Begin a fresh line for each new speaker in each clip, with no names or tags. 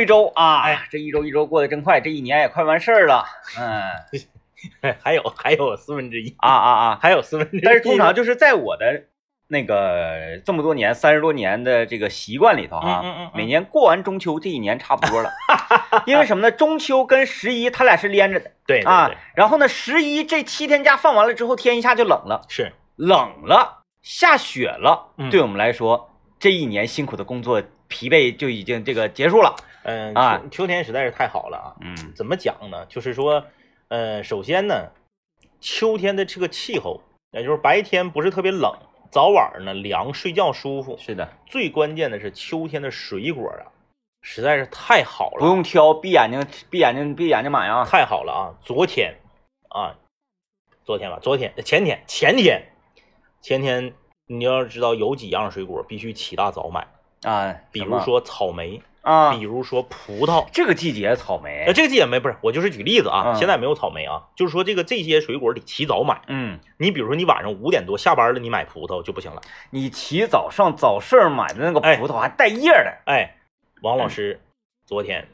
一周啊，
哎
呀，这一周一周过得真快，这一年也快完事儿了。嗯，
还有还有四分之一，
啊啊啊！
还有四分之一。
但是通常就是在我的那个这么多年三十多年的这个习惯里头啊，
嗯嗯嗯嗯
每年过完中秋，这一年差不多 了。因为什么呢？中秋跟十一它俩是连着的
对对对、
啊。然后呢，十一这七天假放完了之后，天一下就冷了，
是
冷了，下雪了。
嗯
对我们来说，这一年辛苦的工作疲惫就已经这个结束了。
嗯、
啊
秋秋天实在是太好了啊。
嗯
怎么讲呢？就是说，呃，首先呢，秋天的这个气候，也就是白天不是特别冷，早晚呢凉，睡觉舒服。
是的，
最关键的是秋天的水果啊，实在是太好
不
了，啊
用挑，闭眼睛，闭眼睛，闭眼睛买啊。
太好了啊！昨天啊，昨天吧，昨天前天前天前天，你要知道有几样水果必须起大早买，
啊，
比
什
如
么
说草莓，
啊
比，如说葡萄。
这个季节草
呃，
莓，
这个季节没不是，我就是举例子啊，
嗯
现在没有草莓啊，就是说这个这些水果得起早买。
嗯，
你比如说你晚上五点多下班了，你买葡萄就不行了。
你起早上早市买的那个
哎
葡萄还带叶儿的，
哎，王
嗯
老师昨天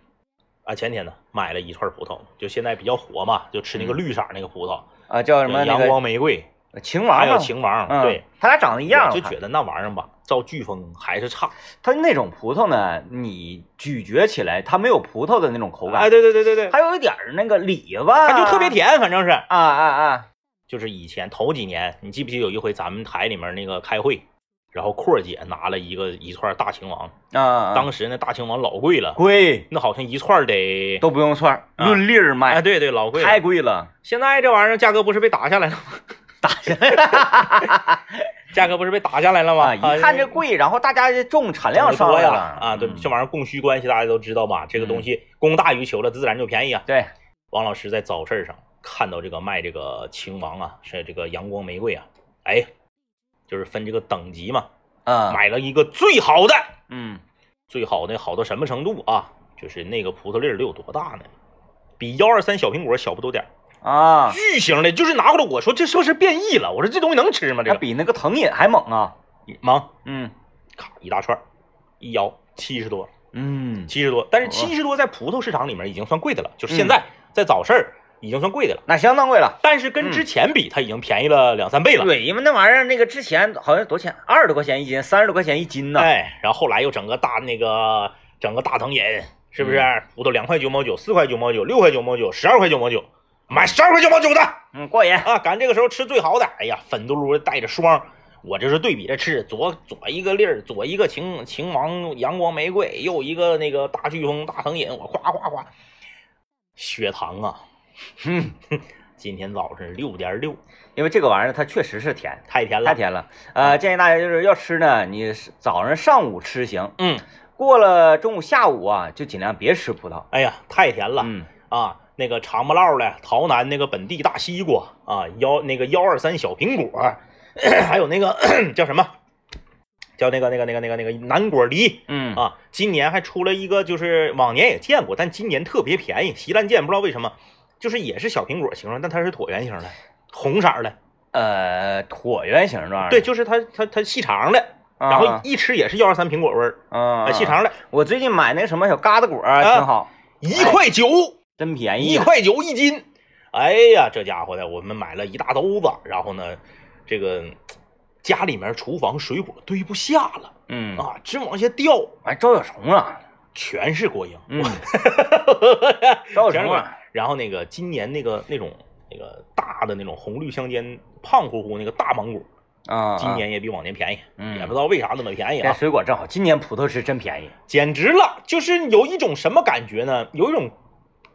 啊前天呢买了一串葡萄，就现在比较火嘛，就吃那个
嗯
绿色那个葡萄，
啊，叫什
叫
么那
阳光
个
玫瑰，
晴
还
王
有
嘛，
晴王，
嗯，
对，，
它俩长得一样，啊
我就
我看
觉得那玩意儿吧，照飓风还是差。
它那种葡萄呢，你咀嚼起来它没有葡萄的那种口
哎，
感，
对对对对对，
还有一点儿那个李子，
它
它
就特别甜，反正是。
啊啊啊，
就是以前头几年，你记不记得有一回咱们台里面那个开会，然后阔儿姐拿了一个一串大秦王，
啊啊，
当时那大秦王老贵了，
贵
那好像一串得
都不用算儿，
啊
论粒儿
哎
卖，
对对老贵了
太。贵 了，
现在这玩意儿价格不是被打下来了吗？价格不是被打下来了吗？
啊，一看这贵，然后大家这种产量上
多
来
呀
了
啊，对，
嗯
这玩意儿供需关系大家都知道嘛，这个东西供大于求了，自然就便宜啊。
对，
王老师在早市上看到这个卖这个秦王啊，是这个阳光玫瑰啊，哎，就是分这个等级嘛，
嗯
买了一个最好的，
嗯，
最好的好到什么程度啊？就是那个葡萄粒儿得有多大呢？比幺二三小苹果小不多点儿，
啊，
巨型的，就是拿过来我说这是不是变异了？我说这东西能吃吗？这
它
个
比那个藤饮还猛啊！
忙，
嗯
咔一大串儿，一摇七十多，
嗯，
七十多，但是
好啊
七十多在葡萄市场里面已经算贵的了，就
嗯
是现在在早市儿已经算贵的了。
那相当贵了。
但是跟之前比，它已经便宜了两三倍了。
嗯对，因为那玩意儿那个之前好像多少钱，二十多块钱一斤，三十多块钱一斤呢。
哎，然后后来又整个大那个整个大藤饮，是不是？
嗯
葡萄两块九毛九，四块九毛九，六块九毛九，十二块九毛九，买十二块九毛九的
嗯，过瘾。
啊！赶这个时候吃最好的，哎呀，粉嘟噜的带着霜。我这是对比着吃，左左一个粒儿，左一个晴晴王阳光玫瑰，右一个那个大飓风大藤饮，我夸夸夸，血糖啊，
嗯，
今天早晨六点六，
因为这个玩意儿它确实是甜，
太甜了，
太。甜了。呃，建议大家就是要吃呢，你是早上上午吃行，
嗯，
过了中午下午啊，就尽量别吃葡萄。
哎呀，太甜了、
嗯，
啊！那个长不落的桃南那个本地大西瓜啊，幺那个幺二三小苹果， 还有那个 叫什么？叫那个那个那个那个那个南果梨
嗯
啊，今年还出了一个，就是往年也见过，但今年特别便宜，稀烂贱，不知道为什么，就是也是小苹果形状，但它是椭圆形的，红色儿的，
呃，椭圆形状的。
对，就是它它它细长的，
啊，
然后一吃也是幺二三苹果味儿，
嗯，
哎
嗯
细。长的，
我最近买那个什么小疙瘩果儿
啊
挺好，
一块九。
真便宜
一。块九一斤。哎呀，这家伙的，我们买了一大兜子，然后呢，这个家里面厨房水果堆不下了
嗯，
啊，直往下掉，
哎，招小虫了。
全是果蝇。
嗯，招小
全是
虫啊
果
了
蝇。然后那个今年那个那种那个大的那种红绿相间、胖乎乎那个大芒果，
啊，
今年也比往年便宜，
嗯哎
也不知道为啥那么便宜
这
啊，
水果正好，今年葡萄是真便宜。
简直了！就是有一种什么感觉呢？有一种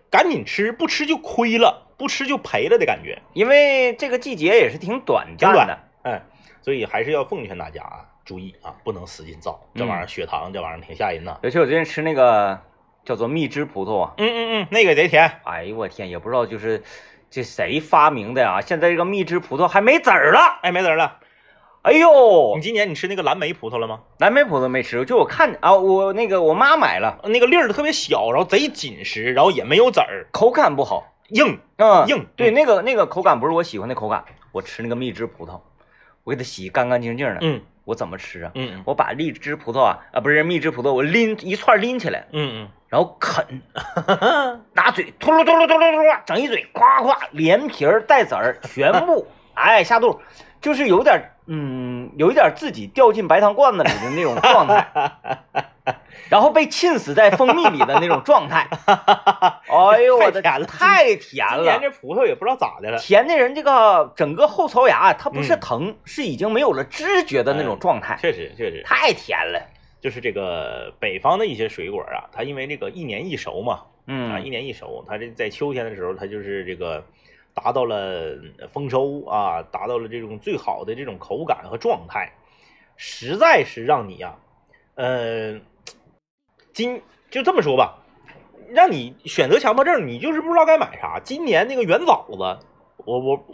赶紧吃，不吃就亏了，不吃就赔了的感觉。
因为这个季节也是挺短暂
挺
的
短。哎，所以还是要奉劝大家啊，注意啊，不能使劲造，
嗯
这玩意儿血糖这玩意儿挺吓人的。
尤其我最近吃那个叫做蜜汁葡萄啊，
嗯嗯嗯，那个贼甜。
哎呦我天，也不知道就是这谁发明的啊！现在这个蜜汁葡萄还没籽儿了，
哎，没籽儿了。
哎呦
你，今年你吃那个蓝莓葡萄了吗？
蓝莓葡萄没吃，就我看啊，我那个我妈买了，
那个粒儿特别小，然后贼紧实，然后也没有籽儿，
口感不好，
硬。
嗯，
硬
对，那个那个口感不是我喜欢的口感。我吃那个蜜汁葡萄，我给它洗干干净净的，
嗯，
我怎么吃啊？
嗯
我把荔枝葡萄啊啊不是蜜汁葡萄，我拎一串拎起来，
嗯
然后 啃，
嗯，
拿嘴秃噜秃噜秃噜秃噜整一嘴，夸夸连皮儿带籽儿全 部哎下肚，就是有点嗯有一点自己掉进白糖罐子里的那种状态， 然后被浸死在蜂蜜里的那种状 态。哎呦我的
太甜了
太甜
今
了
年！这葡萄也不知道咋的了，
甜的人这个整个后槽牙啊它不是
嗯哎
疼，是已经没有了知觉的那种状态，
确实确实，
太甜了。
就是这个北方的一些水果啊，它因为这个一年一熟嘛，啊，一
嗯
年一熟，它这在秋天的时候，它就是这个达到了丰收啊，达到了这种最好的这种口感和状态，实在是让你呀、呃，今就这么说吧，让你选择强迫症，你就是不知道该买啥。今年那个元枣子，我我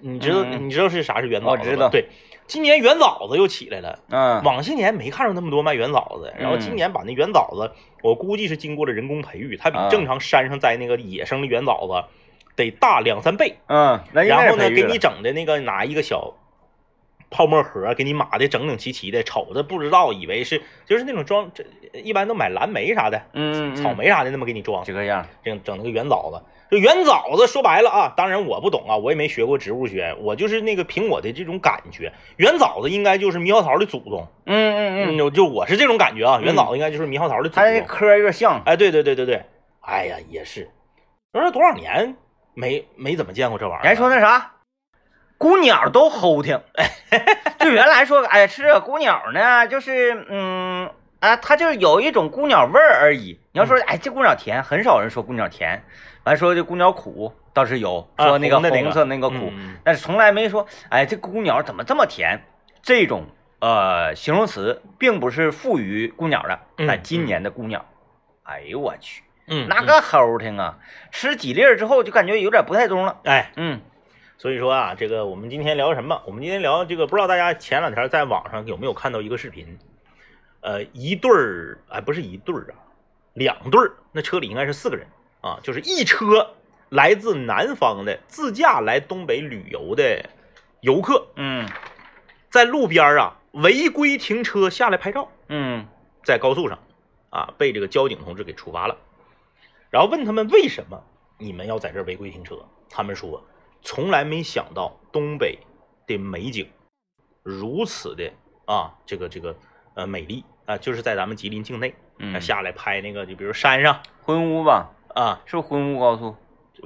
你知道、
嗯
你知道是啥是元枣子
我
吗？
知道
对，今年元枣子又起来了。
嗯，
往些年没看着那么多卖圆枣子，然后今
嗯
年把那圆枣子，我估计是经过了人工培育，它比
啊
正常山上摘那个野生的圆枣子得大两三倍。
嗯，那应该
然
是
后呢，
培育
给
了
你整的那个拿一个小泡沫盒，给你码的整整齐齐的，瞅着不知道以为是就是那种装，这一般都买蓝莓啥的、
嗯嗯
草莓啥的那么给你装，
这个样，
整整那个圆枣子。这圆枣子说白了啊，当然我不懂啊，我也没学过植物学，我就是那个凭我的这种感觉，圆枣子应该就是猕猴桃的祖宗。
嗯嗯嗯，
嗯，我就我是这种感觉啊，
嗯
元枣应该就是猕猴桃的祖
它这
宗。
壳儿有点像，
哎，对对对对对，哎呀，也是，我说多少年没没怎么见过这玩意儿
人
了。
家说那啥，姑鸟都齁挺， 就原来说，哎，吃这姑鸟呢，就是嗯啊，它就是有一种姑鸟味儿而已。你要说，
嗯
哎，这姑鸟甜，很少人说姑鸟甜，完说这姑鸟苦倒是有，
啊
说那个
红的那个
红色那个苦，
嗯
但是从来没说，哎，这姑鸟怎么这么甜？这种呃形容词并不是赋予姑鸟的。
嗯
哎，今年的姑鸟，哎呦我去，
嗯，
那
嗯
个齁挺啊！吃几粒儿之后就感觉有点不太中了。
哎，
嗯
所以说啊，这个我们今天聊什么？我们今天聊这个，不知道大家前两天在网上有没有看到一个视频？呃，一对儿，哎，不是一对儿啊，两对儿，那车里应该是四个人啊，就是一车来自南方的自驾来东北旅游的游客，
嗯
在路边儿啊违规停车下来拍照，
嗯
在高速上啊被这个交警同志给处罚了，然后问他们为什么你们要在这儿违规停车，他们说从来没想到东北的美景如此的啊这个这个呃美丽啊，就是在咱们吉林境内、啊
嗯，
下来拍那个就比如山上
婚屋吧，
啊，
是不是婚屋高速？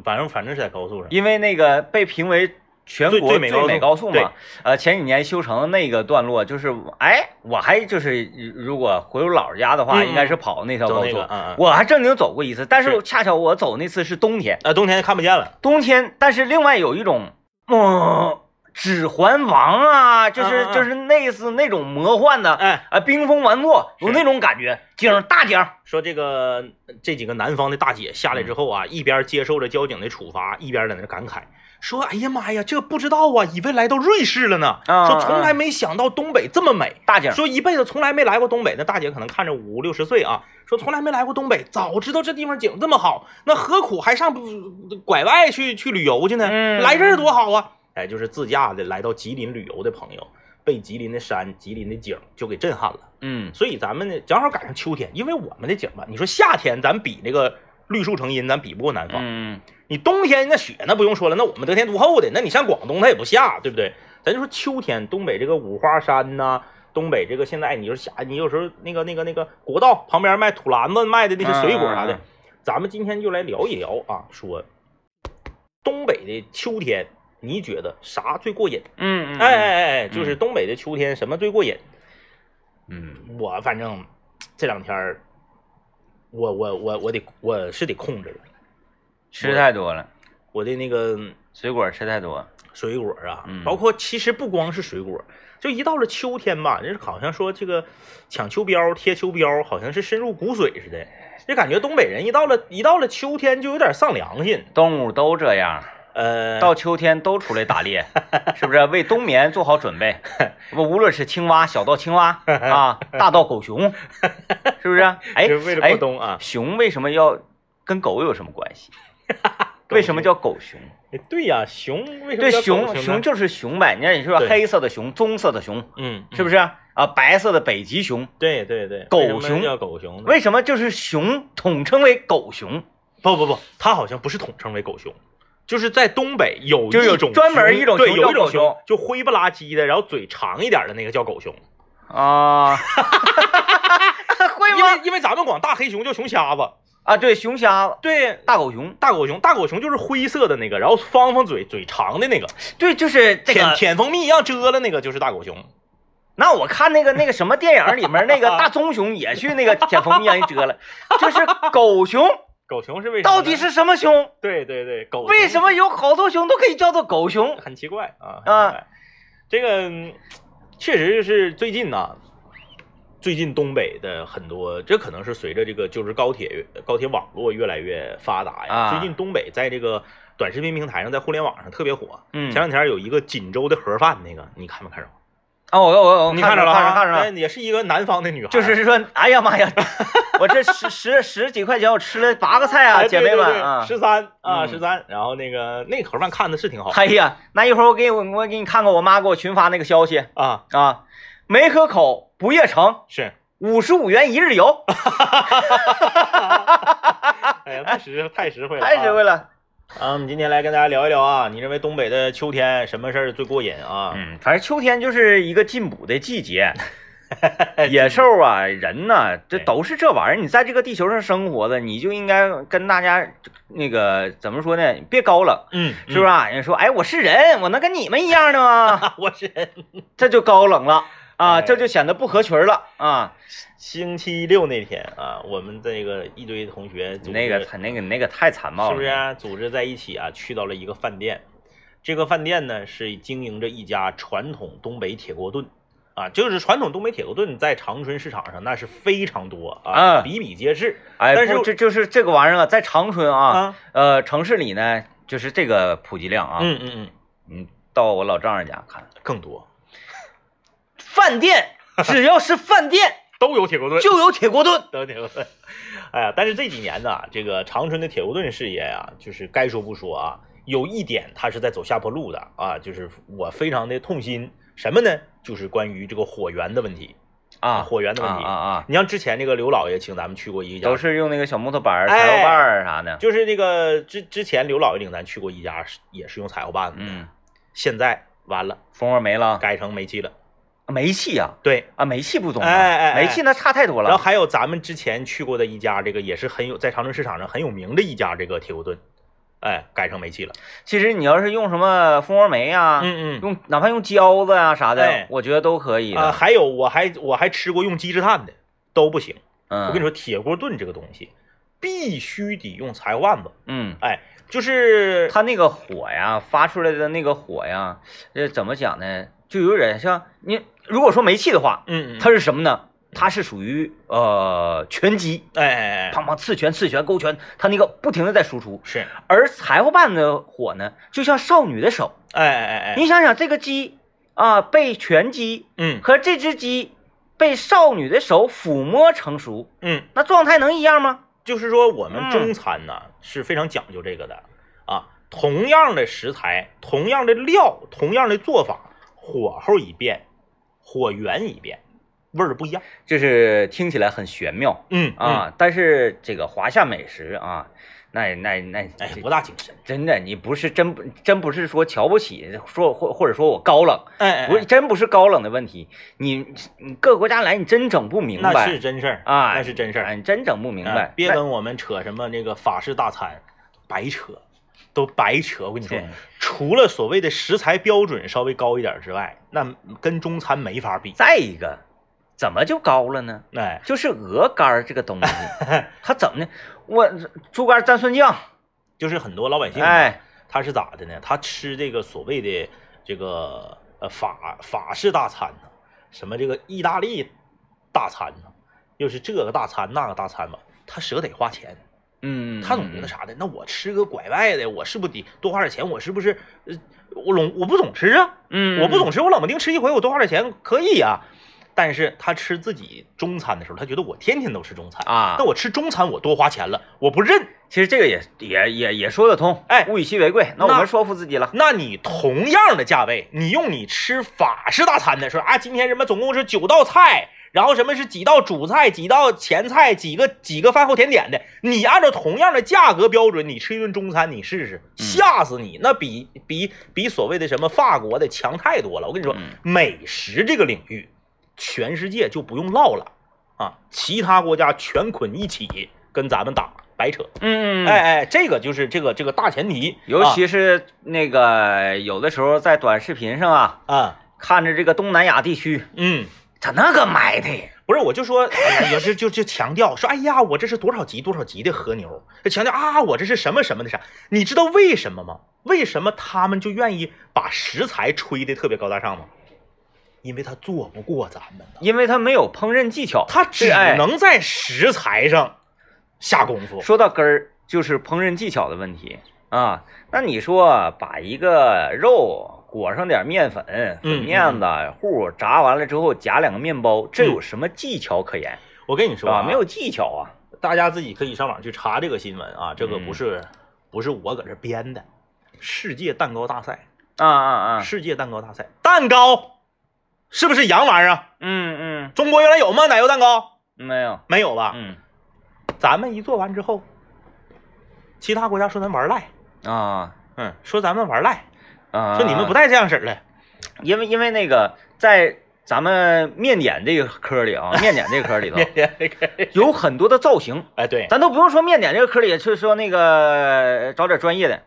反正反正是在高速上，
因为那个被评为全国最
最最美高速
美高速
对
嘛，呃，前几年修成那个段落，就是哎，我还就是如果回我姥姥家的话，
嗯嗯
应该是跑那条
走
高
那
速，
个啊啊
我还正经走过一次，但
是
是恰巧我走那次是冬天，
啊冬天看不见了，
冬天，但是另外有一种，嗯、指环王啊，就是、
嗯嗯嗯
就是类似那种魔幻的，
哎。
啊，冰封完破，有
是
那种感觉，景大景，
说这个这几个南方的大姐下来
嗯
之后啊，一边接受着交警的处罚，一边在那感慨说：“哎呀妈呀，这不知道啊，以为来到瑞士了呢。
啊
说从来没想到东北这么美。
大景，
说一辈子从来没来过东北，那大姐可能看着五六十岁啊，说从来没来过东北，早知道这地方景这么好，那何苦还上拐外去去旅游去呢？
嗯
来这儿多好啊！哎，就是自驾的来到吉林旅游的朋友，被吉林的山、吉林的景就给震撼了。
嗯
所以咱们呢，正好赶上秋天，因为我们的景吧，你说夏天咱比那个绿树成荫，咱比不过南方。
嗯
你冬天那雪那不用说了，那我们得天独厚的，那你上广东它也不下，对不对？咱就说秋天，东北这个五花山呐、东北这个现在你说下，你有时候那个那个那个国道旁边卖土篮子卖的那些水果啥的，
嗯嗯嗯
咱们今天就来聊一聊啊，说东北的秋天，你觉得啥最过瘾？
嗯，嗯
哎，哎哎，就是东北的秋天什么最过瘾？
嗯
我反正这两天儿，我我我我得我是得控制了，
吃太多了，
我的那个嗯
水果吃太多，
水果啊，
嗯
包括其实不光是水果，就一到了秋天吧，人好像说这个抢秋膘、贴秋膘，好像是深入骨髓似的，就感觉东北人一到了一到了秋天就有点丧良心，
动物都这样，
呃，
到秋天都出来打 猎，是不是？为冬眠做好准备，不，无论是青蛙，小到青 蛙啊，大到狗熊，是不是？哎
就是为了
哎
过，冬啊，
熊为什么要跟狗有什么关系？为什么叫狗熊？
对呀、熊为什么
对，
叫
熊
狗
熊
熊呢？
就是熊呗。你看，你说
对
黑色的熊、棕色的熊，
嗯，
是不
是？
是啊？啊白色的北极熊，
对对对，
狗
为什么
熊
叫狗熊呢？
为什么就是熊统称为狗熊？
不不不，它好像不是统称为狗熊，就是在东北有
就有
一种
专门一种
熊对
熊
有
叫
一种
狗熊
熊，就灰不拉几的，然后嘴长一点的那个叫狗熊。
啊，会
因为因为咱们管大黑熊叫熊瞎子，
啊，对，熊瞎子，
对，
大狗熊，
大狗熊大狗熊就是灰色的那个，然后方方嘴嘴长的那个，
对，就是这
舔
个。
舔蜂蜜一样遮了那个就是大狗熊。
那我看那个那个什么电影里面 那个大棕熊也去那个舔蜂蜜让人蛰了，就是狗熊
狗熊是为什么呢？
到底是什么熊？
对对对，狗熊
为什么有好多熊都可以叫做狗熊？
很奇怪啊？
啊
很奇怪，这个嗯确实是最近呐、最近东北的很多，这可能是随着这个就是高铁越高铁网络越来越发达呀。
啊
最近东北在这个短视频平台上，在互联网上特别火。
嗯
前两天有一个锦州的盒饭，那个你看没看着？哦
啊，我我我
你
看
着了
看着
啊？
看着了
哎，也是一个南方的女孩，
就是说，哎呀妈呀， 我这十十十几块钱，我吃了八个菜啊，
哎
姐
对
妹
对
们
对
啊！
十三啊
嗯
十三。然后那个那个盒饭看的是挺好
哎呀，那一会儿我给我我给你看看我妈给我群发那个消息
啊，
啊，梅河口不夜城
是。
五十五元一日游，
哎呀，太实太实惠了啊，
太实惠哎了。
啊，我们今天来跟大家聊一聊啊，你认为东北的秋天什么事儿最过瘾啊？
嗯，反正秋天就是一个进补的季 节，野兽啊，人呐、这
对
都是这玩意儿。你在这个地球上生活的，你就应该跟大家那个怎么说呢？别高冷，
嗯，
是不是、啊？人家说，哎，我是人，我能跟你们一样的吗？
啊？ 我是
这就高冷了啊，
哎
这就显得不合群了啊。
星期六那天啊，我们这个一堆同学组织
那个太那个那个太残暴了，
是不是、啊、组织在一起啊，去到了一个饭店。这个饭店呢是经营着一家传统东北铁锅炖啊，就是传统东北铁锅炖在长春市场上那是非常多啊，
嗯
比比皆是
哎，
但是
不这就是这个玩意儿啊，在长春啊，
啊。
呃，城市里呢，就是这个普及量啊。
嗯嗯嗯，
你到我老丈人家看，
更多
饭店只要是饭店
都有铁锅炖。
就有铁锅炖。
都铁锅炖。哎呀，但是这几年呢，这个长春的铁锅炖事业啊，就是该说不说啊，有一点它是在走下坡路的啊，就是我非常的痛心。什么呢？就是关于这个火源的问题
啊
火源的问题。
啊啊啊，
你像之前这个刘老爷请咱们去过一家，
都是用那个小木头板儿、
哎
柴火棒儿啥的。
就是那个之之前刘老爷领咱去过一家，是也是用柴火办的。
嗯，
现在完了，
蜂窝煤了，
改成煤气了。
煤气呀
对，
啊，煤气不懂啊，
哎哎哎
煤气那差太多
然后
了。
还有咱们之前去过的一家，这个也是很有在长春市场上很有名的一家这个铁锅炖，哎，改成煤气了。
其实你要是用什么蜂窝煤啊，
嗯嗯。
用哪怕用胶子呀、啥的
哎，
我觉得都可以
啊、
的。
还有我还我还吃过用鸡翅炭的，都不行。
嗯，
我跟你说，铁锅炖这个东西必须得用柴火腕子，
嗯，
哎，就是
它那个火呀，发出来的那个火呀，呃，怎么讲呢？就有点像你如果说煤气的话，
嗯，嗯
它是什么呢？它是属于呃拳击，
哎哎哎
砰砰刺拳、刺拳、勾拳，它那个不停的在输出。
是，哎
而柴火棒的火呢，就像少女的手。
哎哎哎哎，
你想想，这个鸡啊，被拳击
嗯
和这只鸡被少女的手抚摸成熟，
嗯，
那状态能一样吗？
就是说我们
嗯
中餐呢、是非常讲究这个的啊，同样的食材，同样的料，同样的做法，火候一变，火源一变，味儿不一样。
就是听起来很玄妙
嗯，
啊，但是这个华夏美食啊，那那那
嗯哎，博大精深。
真的，你不是真不真不是说瞧不起，说或或者说我高冷，
哎哎
不是真不是高冷的问题，你你各个国家来，你真整不明白，
那是真事儿
啊
那是真事儿。
哎你真整不明
哎
白，
别
那
跟我们扯什么那个法式大餐，白扯，都白扯。我跟你说
对，
除了所谓的食材标准稍微高一点之外，那跟中餐没法比。
再一个，怎么就高了呢？
哎，
就是鹅肝儿这个 东西，它怎么呢？我猪肝蘸蒜酱，
就是很多老百姓，，
哎，
他是咋的呢？他吃这个所谓的这个呃法法式大餐呢，什么这个意大利大餐呢，又是这个大餐那个大餐吧，他舍得花钱。
嗯，
他总觉得啥的，那我吃个拐外的，我是不是得多花点钱？我是不是呃，我拢我不总吃啊？
嗯，嗯，
我不总吃，我冷不丁吃一回，我多花点钱可以呀、啊但是他吃自己中餐的时候，他觉得我天天都吃中餐，
啊
那。我吃中餐我多花钱了，我不认。
其实这个也也也也说得通，
哎
物以稀为贵。那
那哎
我们说服自己了，
那你同样的价位，你用你吃法式大餐的时候啊，今天什么总共是九道菜，然后什么是几道主菜、几道前菜、几个几个饭后甜点的，你按照同样的价格标准，你吃一顿中餐，你试试，
嗯
吓死你！那比比比所谓的什么法国的强太多了。我跟你说
嗯，
美食这个领域，全世界就不用唠了啊，其他国家全捆一起跟咱们打白扯。
嗯
哎
哎，
哎，这个就是这个这个大前提，
尤其是那个有的时候在短视频上啊，
啊啊
看着这个东南亚地区，
嗯。
咋那个埋汰？
不是，我就说，哎呀，也是就就强调说，哎呀，我这是多少级多少级的和牛，强调啊，我这是什么什么的啥，你知道为什么吗？为什么他们就愿意把食材吹的特别高大上吗？因为他做不过咱 们呢，
因为他没有烹饪技巧。
他只
对哎
能在食材上下功夫。
说到根儿，就是烹饪技巧的问题啊。那你说把一个肉裹上点面粉、粉面子、糊，炸完了之后夹两个面包，这有什么技巧可言、
我跟你
嗯是
说
吧？
啊，
没有技巧啊。
大家自己可以上网去查这个新闻啊，这个不
嗯
是、不是我搁这编的，世界蛋糕大赛，
啊啊啊！
世界蛋糕大赛，蛋糕是不是洋玩意儿啊？
嗯
中国原来有吗？奶油蛋糕
嗯，没有。
没有吧？
嗯
咱们一做完之后，其他国家说咱玩赖，
啊
嗯，说咱们玩赖，
啊！
说你们不
带，
带这样式儿的，
因为因为那个在咱们面点这个科里啊， 面点这个科里头
那个，
有很多的造型。
哎，对，
咱都不用说面点这个科里，就是说那个找点专业的，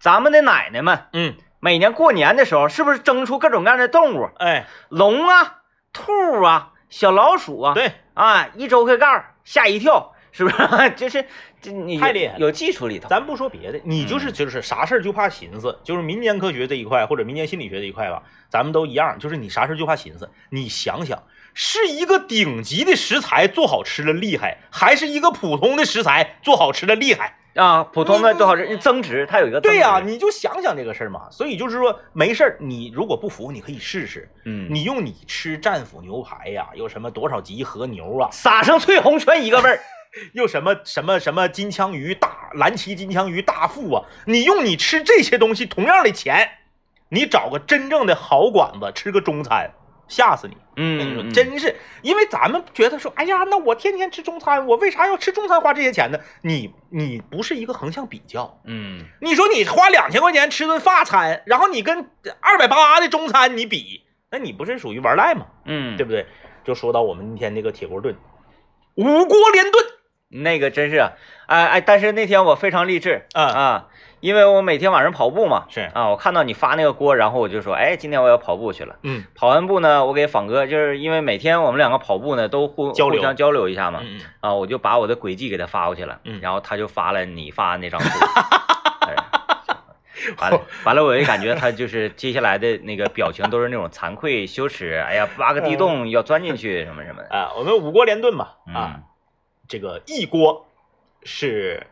咱们的奶奶们
嗯，
每年过年的时候，是不是蒸出各种各样的动物，
哎，
龙啊、兔啊、小老鼠啊？
对，
啊，一周开盖儿吓一跳，是不是？ 就是这你
太厉害了
有技术里头。
咱不说别的，你
嗯
就是就是啥事儿就怕寻思，就是民间科学这一块或者民间心理学这一块吧，咱们都一样，就是你啥事儿就怕寻思。你想想，是一个顶级的食材做好吃了厉害，还是一个普通的食材做好吃了厉害？
啊，普通的
你
多少人增值，它有一个增
嗯对呀、
值
你就想想这个事儿嘛。所以就是说，没事儿，你如果不服，你可以试试。
嗯，
你用你吃战斧牛排呀、又什么多少级和牛啊，
撒上翠红全一个味 儿。
又什么什么什么金枪鱼大蓝鳍金枪鱼大腹啊，你用你吃这些东西同样的钱，你找个真正的好馆子吃个中餐，吓死你！我跟你说，
嗯，
真是，因为咱们觉得说，哎呀，那我天天吃中餐，我为啥要吃中餐花这些钱呢？你你不是一个横向比较，
嗯，
你说你花两千块钱吃顿法餐，然后你跟二百八的中餐你比，那你不是属于玩赖吗？
嗯，
对不对？就说到我们今天这个铁锅炖，五锅连炖，
那个真是啊，哎哎，但是那天我非常励志
啊
啊，因为我每天晚上跑步嘛，
是
啊，我看到你发那个锅，然后我就说，哎，今天我要跑步去了。
嗯
跑完步呢，我给仿哥，就是因为每天我们两个跑步呢都互
交流
互相交流一下嘛，
嗯
啊，我就把我的轨迹给他发过去了，
嗯
然后他就发了你发的那张 图。哎完了， 完了，我就感觉他就是接下来的那个表情都是那种惭愧、羞耻，哎呀，挖个地洞要钻进去什么什么的
啊，我们五锅连炖吧啊，
嗯
这个一锅是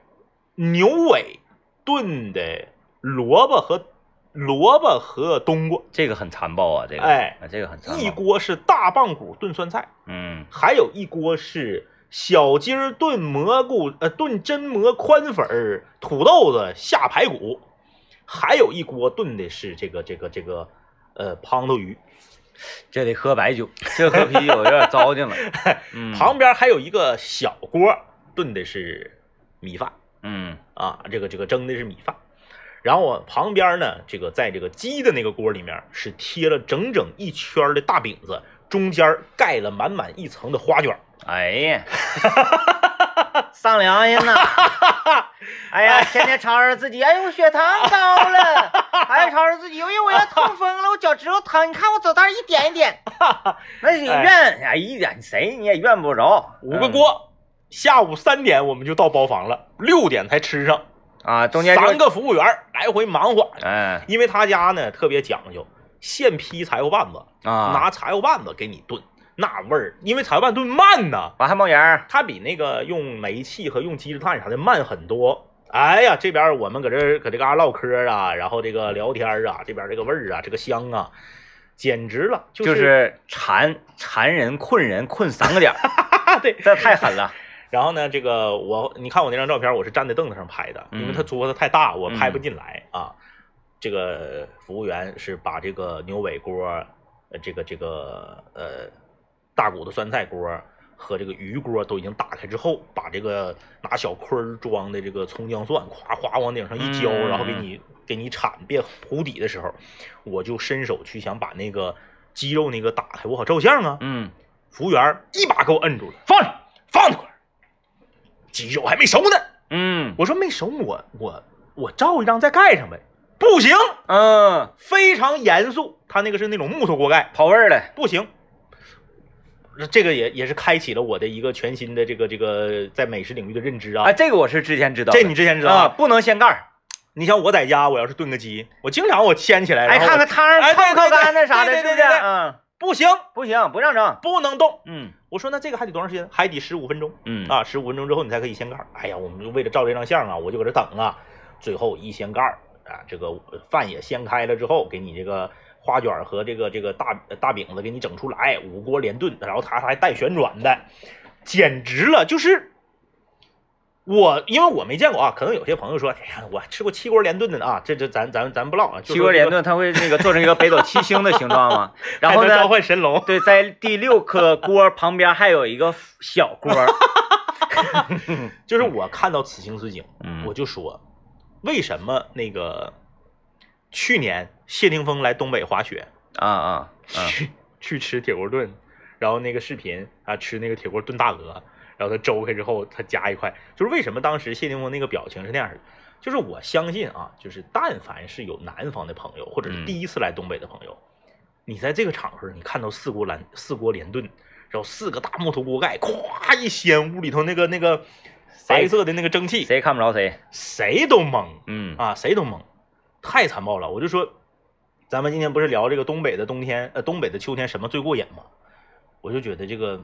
牛尾炖的萝卜和萝卜和冬瓜，
这个很残暴啊，这个，
哎
啊，这个很残
一
暴。
锅是大棒骨炖酸菜，
嗯
还有一锅是小鸡儿炖蘑菇，呃，炖榛蘑宽粉儿、土豆子下排骨，还有一锅炖的是这个这个这个呃胖头鱼，
这得喝白酒，这喝啤酒有点糟 践了。嗯，
旁边还有一个小锅炖的是米饭
嗯
啊，这个这个蒸的是米饭。然后我旁边呢，这个在这个鸡的那个锅里面是贴了整整一圈儿的大饼子，中间儿盖了满满一层的花卷儿。
哎呀， 丧良心 呐！哎呀，天天吵着自己，哎呦，我血糖高 了，哎呀，吵着自己，哎呦，我要痛风了，我脚趾头疼，你看我走道一点一 点，那你怨哎一点谁你也怨不着，
五个锅，下午三点我们就到包房了，六点才吃上。
嗯啊，中间就
三个服务员来回忙活，
哎
因为他家呢特别讲究，现劈柴火棒子，
啊，
拿柴火棒子给你炖，那味儿，因为柴火棒炖慢呐，
我还冒烟儿，
它比那个用煤气和用机制炭啥的慢很多。哎呀，这边我们搁这儿搁这嘎、唠嗑啊，然后这个聊天啊，这边这个味儿啊，这个香啊，简直了，就
就是是馋馋人、困人、困三个点儿，
啊， 对。
这太狠了。
然后呢，这个我你看我那张照片，我是站在凳子上拍的，因为他
嗯
桌子太大，我拍不进来啊。这个服务员是把这个牛尾锅，呃，这个这个呃大骨头酸菜锅和这个鱼锅都已经打开之后，把这个拿小盔儿装的这个葱姜蒜，咵咵往顶上一浇，
嗯
然后给你给你铲遍糊底的时候，我就伸手去想把那个鸡肉那个打开，我好照相啊。
嗯，
服务员一把给我摁住了，放着，放那块儿，鸡肉还没熟呢。
嗯
我说没熟，我我我照一张再盖上呗。不行，
嗯，
非常严肃，他那个是那种木头锅盖，
跑味儿了。
不行。这个也也是开启了我的一个全新的这个这个在美食领域的认知啊。
哎，这个我是之前知道的，
这你之前知道
啊，
啊？
不能掀盖儿，
你像我在家，我要是炖个鸡，我经常我掀起来，
哎，
然后
看
我
看汤儿
哎
靠不
对对
靠
对
干的啥的，是
对
不
对
是？
对对对
嗯，
不行，
不行，不让整。
不能动。
嗯
我说那这个还得多长时间？还得十五分钟。
嗯，
啊，十五分钟之后你才可以掀盖儿。哎呀，我们就为了照这张相啊，我就搁这等啊。最后一掀盖儿啊，这个饭也掀开了之后，给你这个花卷儿和这个这个大大饼子给你整出来，五锅连炖，然后它还带旋转的，简直了！就是我，因为我没见过啊，可能有些朋友说，哎呀，我吃过七锅连炖的呢啊，这这咱咱咱不唠啊，就
七
说
锅
这
连
个
炖，它会那个做成一个北斗七星的形状 嘛？然
还
后
能召
呢，
唤神龙，
对，在第六颗锅旁边还有一个小锅。
就是我看到此情此景，
嗯
我就说，为什么那个去年谢霆锋来东北滑雪，
啊啊啊！
去去吃铁锅炖，然后那个视频啊吃那个铁锅炖大鹅，然后他周开之后他夹一块，就是为什么当时谢霆锋那个表情是那样的。就是我相信啊，就是但凡是有南方的朋友，或者是
嗯
第一次来东北的朋友，你在这个场合你看到四锅蓝四锅连炖，然后四个大木头锅盖，咵一掀，屋里头那个那个白色的那个蒸汽，
谁也看不着谁。
谁都懵
嗯
啊，谁都懵，太残暴了。我就说，咱们今天不是聊这个东北的冬天，呃，东北的秋天什么最过瘾吗？我就觉得这个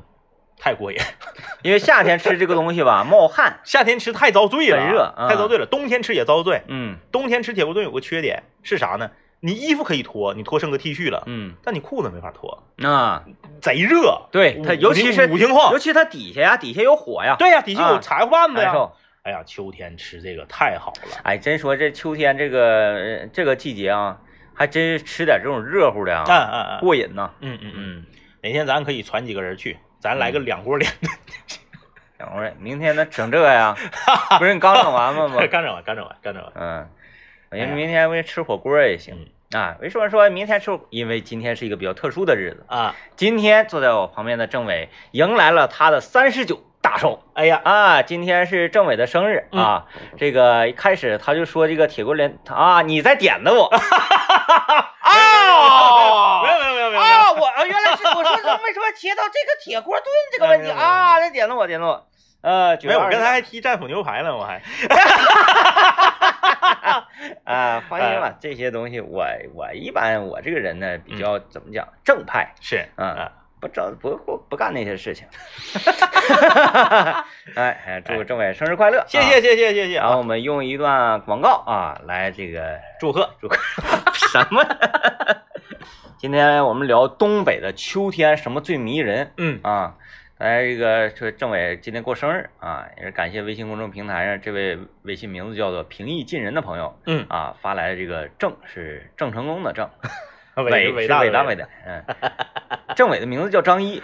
太过瘾，
因为夏天吃这个东西吧，冒汗。
夏天吃太遭罪了，啊
很热嗯
太遭罪了。冬天吃也遭罪，
嗯
冬天吃铁锅炖有个缺点是啥呢？你衣服可以脱，你脱剩个 T 恤了，
嗯
但你裤子没法脱，
啊，
贼热。
对哎它，
五
尤其是
五情况
尤，其它底下呀，底下有火呀，
对呀、底下有
啊
柴火棒子
难
呀。
受。
哎呀，秋天吃这个太好了。
哎，真说这秋天这个呃这个季节啊，还真是吃点这种热乎的
嗯
啊，
嗯嗯
过瘾呐。
嗯嗯嗯，
嗯，
哪天咱可以传几个人去，咱来个两锅连
两回，明天咱整这个呀？不是你刚整完吗？
干整完，干整完，干整完。
嗯，我
哎
寻
呀
思明天为吃火锅也行啊。为什么说明天吃火？因为今天是一个比较特殊的日子。
啊，
今天坐在我旁边的政委迎来了他的三十九大寿
哎呀，
啊！今天是政委的生日啊。这个一开始他就说这个铁锅连啊，你在点的我啊
没有没有没 有没有，没有
啊！我原来是我说怎么为什么提到这个铁锅炖这个问题
哎没有没有没有
啊？那点的我点的我，呃，九
没
月
有，
二
我
十
刚才还踢战斧牛排呢，我还
啊，放
呃
心吧，这些东西我我一般我这个人呢
嗯
比较怎么讲正派，
是
嗯
啊，
不找不不不干那些事 情。哎哎，祝政委生日快乐！
谢
啊。
谢谢谢谢谢
然后
啊，
我们用一段广告啊来这 个
祝贺
祝什么？ 今天我们聊东北的秋天什么最迷人
嗯
啊？哎，这个这政委今天过生日啊，也是感谢微信公众平台上这位微信名字叫做平易近人的朋友，
嗯，
啊，发来这个郑是郑成功的郑，
伟
嗯伟
伟
是
大
伟大
伟
伟大，嗯，政委的名字叫张一，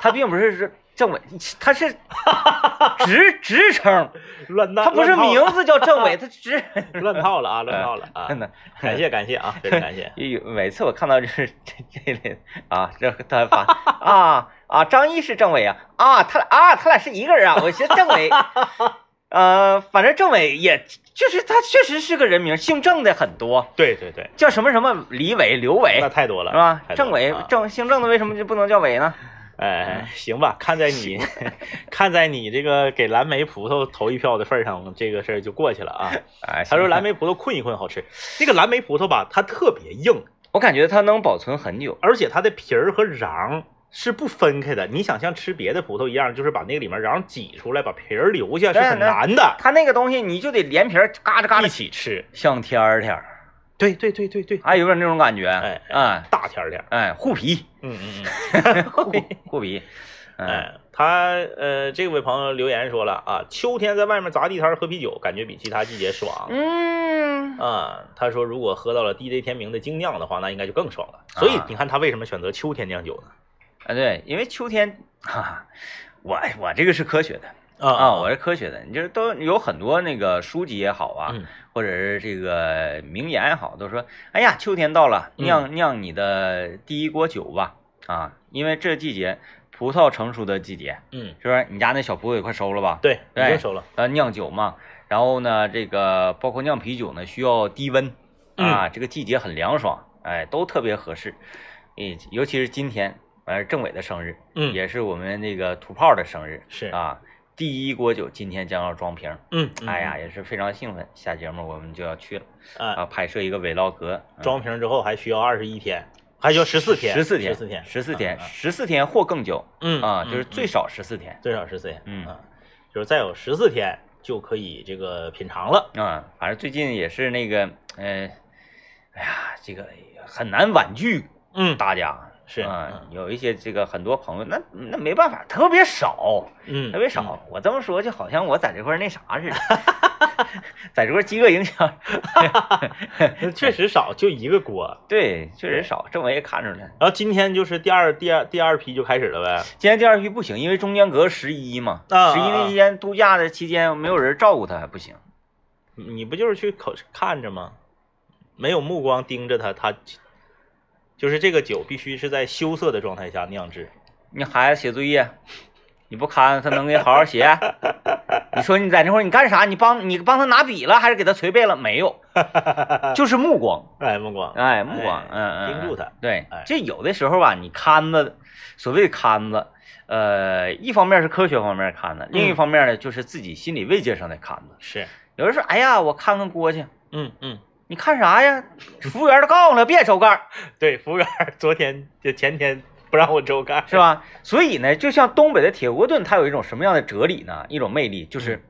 他并不是是政委，他是职职称，
乱套，
他不是
乱套
名字叫 政委，他 职，
乱套了啊，乱套了啊
嗯真，的，，
感谢感谢啊，非常感谢
有每次我看到就是这这类的啊，这他发啊啊，张一是政委啊啊，他啊他俩是一个人啊，我寻思政 委，呃，反正政委也就是他确实是个人名，姓郑的很多。
对对对，
叫什么什么李伟、刘伟
那太多了
哎是吧？
太多
政
了
委
啊
政嗯姓郑的为什么就不能叫伟呢？
哎，行吧，看在你 看在你这个给蓝莓葡萄投一票的份儿上，这个事儿就过去了 啊。
哎，
他说蓝莓葡萄困一困好吃，那个蓝莓葡萄吧，它特别硬，
我感觉它能保存很久。
而且它的皮儿和瓤是不分开的。你想像吃别的葡萄一样，就是把那个里面瓤挤出来，把皮儿留下是
对
很难的。
它那个东西你就得连皮儿嘎吱嘎
一
吱，
起吃，
像天儿天儿。
对对对对对，
还有点那种感觉，
哎
哎
大天亮，
哎，护皮，
嗯嗯嗯。
护护皮，哎，
哎，他呃，这位朋友留言说了啊，秋天在外面砸地摊儿喝啤酒，感觉比其他季节爽。
嗯，
啊，他说如果喝到了 DJ 天明的精酿的话，那应该就更爽了。所以
啊
你看他为什么选择秋天酿酒呢？
啊对，因为秋天，哈哈，我哎我这个是科学的
啊
啊，我是科学的，你就是都有很多那个书籍也好啊，
嗯
或者是这个名言也好，都说，哎呀，秋天到了，
嗯
酿酿你的第一锅酒吧，啊，因为这季节葡萄成熟的季节，
嗯，
是不是？你家那小葡萄也快收了吧？
对，已
对
经熟了。
呃，酿酒嘛，然后呢，这个包括酿啤酒呢，需要低温
嗯
啊，这个季节很凉爽，哎，都特别合适。诶，尤其是今天，完了政委的生日，
嗯，
也是我们那个土炮的生日
是，
啊。第一锅酒今天将要装瓶，
嗯，
哎呀，
嗯，
也是非常兴奋。下节目我们就要去了
嗯啊，
啊，拍摄一个 vlog，嗯
装瓶之后还需要二十一天，还需要十四天，
十四
天，
天，
十四
十四天，
天，嗯嗯嗯
十四天或更久
嗯
啊，就是
嗯
最
嗯
少十四天
最少十四天，
嗯
啊，就是再有十四天就可以这个品尝了。
啊。反正最近也是那个，呃，哎呀，这个很难婉拒
嗯，
大家
是，
啊
嗯，
有一些这个很多朋友，那那没办法，特别少，
嗯，
特别少。我这么说就好像我在这块儿那啥 似的，在这块儿饥饿营销，
嗯，确实少，就一个锅。
对，确实少，这我也看出来。
然后今天就是第二、第二、第二批就开始了呗。
今天第二批不行，因为中间隔十一嘛，
啊
十一
啊啊
那期间度假的期间没有人照顾他，不行。
你不就是去口看着吗？没有目光盯着他，他就是这个酒必须是在羞涩的状态下酿制。
你孩子写作业，你不看他能给你好好写？ 你说你在那块儿你干啥？你帮你帮他拿笔了，还是给他捶背了？没 有，就是目光。
哎，目光，
哎，目光，
哎
嗯嗯，
盯住
嗯
它。
对
哎，
这有的时候吧，你看着，所谓的看着，呃，一方面是科学方面看着，另一
嗯
方面呢，就是自己心理慰藉上的看着。
是，
有人说，哎呀，我看看锅去，
嗯嗯，
你看啥呀？服务员都告诉了，别抽盖儿，
对，服务员儿昨天就前天不让我周干，
是吧？所以呢，就像东北的铁锅炖，它有一种什么样的哲理呢？一种魅力，
嗯
就是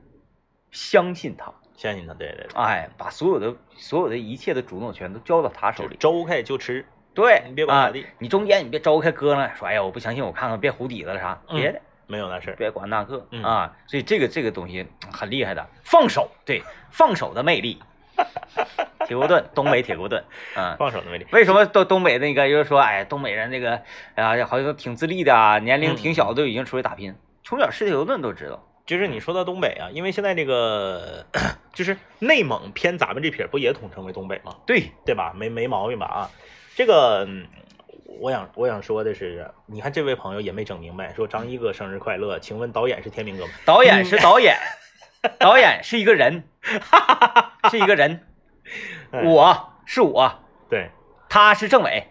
相信他，
相信他，对对对，
哎，把所有的所有的一切的主动权都交到他手
就哎
里。
周开就吃，
对，
你别管咋
啊
地，
你中间你别招开搁了，说哎呀，我不相信，我看看，别糊底子了啥，
嗯
别的。
没有那事儿。
别管那个
嗯
啊，所以这个这个东西很厉害的，放手，对，放手的魅 力。铁锅炖，东北铁锅炖，啊，
放手的魅力，
为什么东东北那个就是说，哎，东北人那个，哎呀，好像都挺自立的啊，年龄挺小的就已经出去打拼，从小吃铁锅炖都知道。
就是你说到东北啊，因为现在这个 就是内蒙偏咱们这撇儿，不也统称为东北吗？
对，
对吧？没没毛病吧？啊，这个，嗯我想我想说的是，你看这位朋友也没整明白，说张一哥生日快乐，请问导演是天明哥吗？
导演是导演，导演是一个人，是一个人，
哎
我是我，
对
他是政委，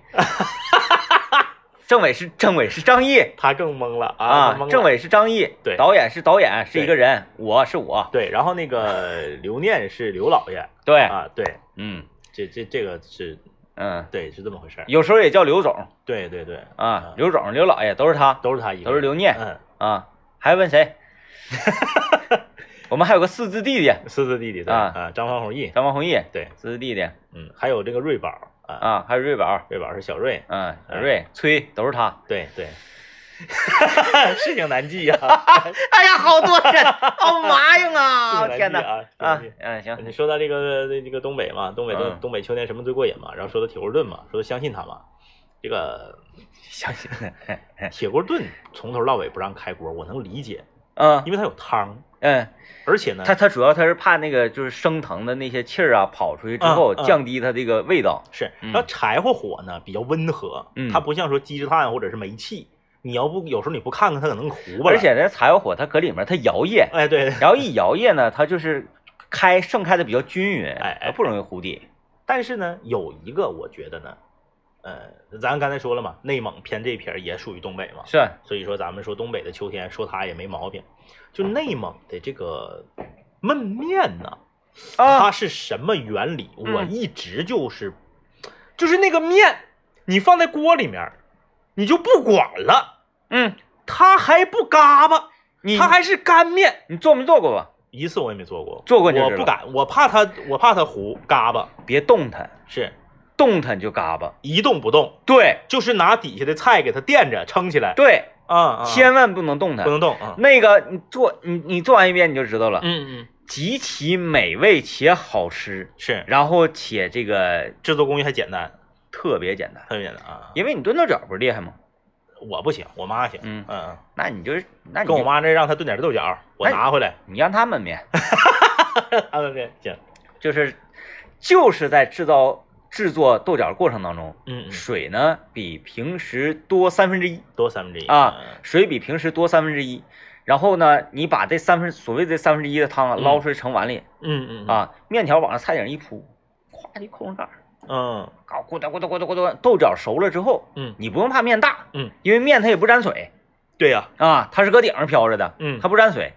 政委是政委是张译，
他更懵了啊，
啊
他懵，了
政委是张译，
对
导演是导演，是
对
一个人，我是我，
对，然后那个刘念是刘老爷
对，
啊，对，
嗯
这这这个是
嗯，
对是这么回事儿，
有时候也叫刘总
对对对，
啊，刘总、刘老爷都是他
都是他一个人，
都是刘念
嗯，
啊，还问谁？我们还有个四字弟弟
四字弟弟对
啊
啊，张方弘毅
张王弘毅，
对，
四字弟弟
嗯，还有这个瑞宝啊，
啊，还有瑞宝，
瑞宝是小瑞，
嗯，小瑞、崔都是他。
对 对，事情难记啊，
哎呀，好多 人，好麻烦啊！
事情难记
天哪，
啊，事情难
啊
记，
嗯，
你
行，
说到这个这个东北嘛，东北的、
嗯
东北秋天什么最过瘾嘛？然后说到铁锅炖嘛，说相信他嘛。这个
相信，
铁锅炖从头到尾不让开锅，我能理解，
嗯
因为它有汤，
嗯。
而且呢，
它它主要它是怕那个就是升腾的那些气儿啊跑出去之后
嗯嗯
降低它这个味道。
是
嗯
然后柴火火呢比较温和，
嗯
它不像说鸡制炭或者是煤气，你要不有时候你不看看它可能糊吧。
而，且呢，柴火火它搁里面它摇曳，
哎对，
然后一摇曳呢，它就是开盛开的比较均匀，
哎哎
它不容易糊底。
但是呢，有一个我觉得呢，呃，咱刚才说了嘛，内蒙偏这撇儿也属于东北嘛，
是，
所以说咱们说东北的秋天，说它也没毛病。就内蒙的这个焖面呢，它
啊，
是什么原理？
嗯
我一直就是，就是那个面，你放在锅里面，你就不管了，
嗯，
它还不嘎巴，
你
它还是干面。
你做没做过吧？
一次我也没做过，
做过就
我
知道
不敢，我怕它，我怕它糊嘎巴，
别动弹，
是
动弹就嘎巴。
一动不动，
对
就是拿底下的菜给它垫着撑起来，
对，
啊，啊
千万不能动弹
不。能动啊，
那个你做你你做完一遍你就知道了，
嗯嗯，
极其美味且好吃，
是
然后且这个
制作工艺还简单，
特别简单，
特别简单啊，
因为你炖豆角不是厉害吗？
我不行，我妈行，
嗯
嗯，
那你就是那
嗯
你
跟我
就
妈那让她炖点豆角，我
哎
拿回来，
你让他们面，
她那边 行，
就是就是在制造制作豆角过程当中，
嗯嗯，
水呢比平时多三分之一
多三分之一
啊
嗯，
水比平时多三分之一。然后呢，你把这三分所谓这三分之一的汤啊
嗯
捞出来盛碗里、
嗯嗯，
啊，面条往上菜顶一铺，咵一扣上盖儿，
嗯
搞咕嘟咕嘟咕嘟咕嘟，豆角熟了之后，
嗯，
你不用怕面大，
嗯，
因为面它也不沾水
对呀，
啊，它是搁顶上飘着的，
嗯
它不沾水。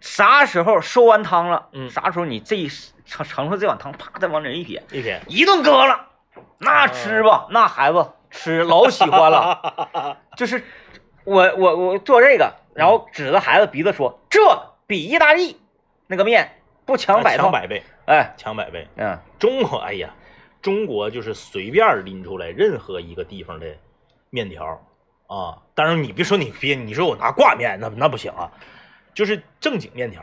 啥时候收完汤了，
嗯
啥时候你这一盛盛出这碗汤，啪，再往里一撇，
一天，
一顿搁了，
啊
那吃吧，那孩子吃老喜欢 了。就是我我我做这个，然后指着孩子鼻子说，这比意大利那个面不强百
啊强
套，
百倍，
哎，
强百倍，
嗯，
中国，哎呀，中国就是随便拎出来任何一个地方的面条啊，当然你别说你别，你说我拿挂面那那不行啊，就是正经面条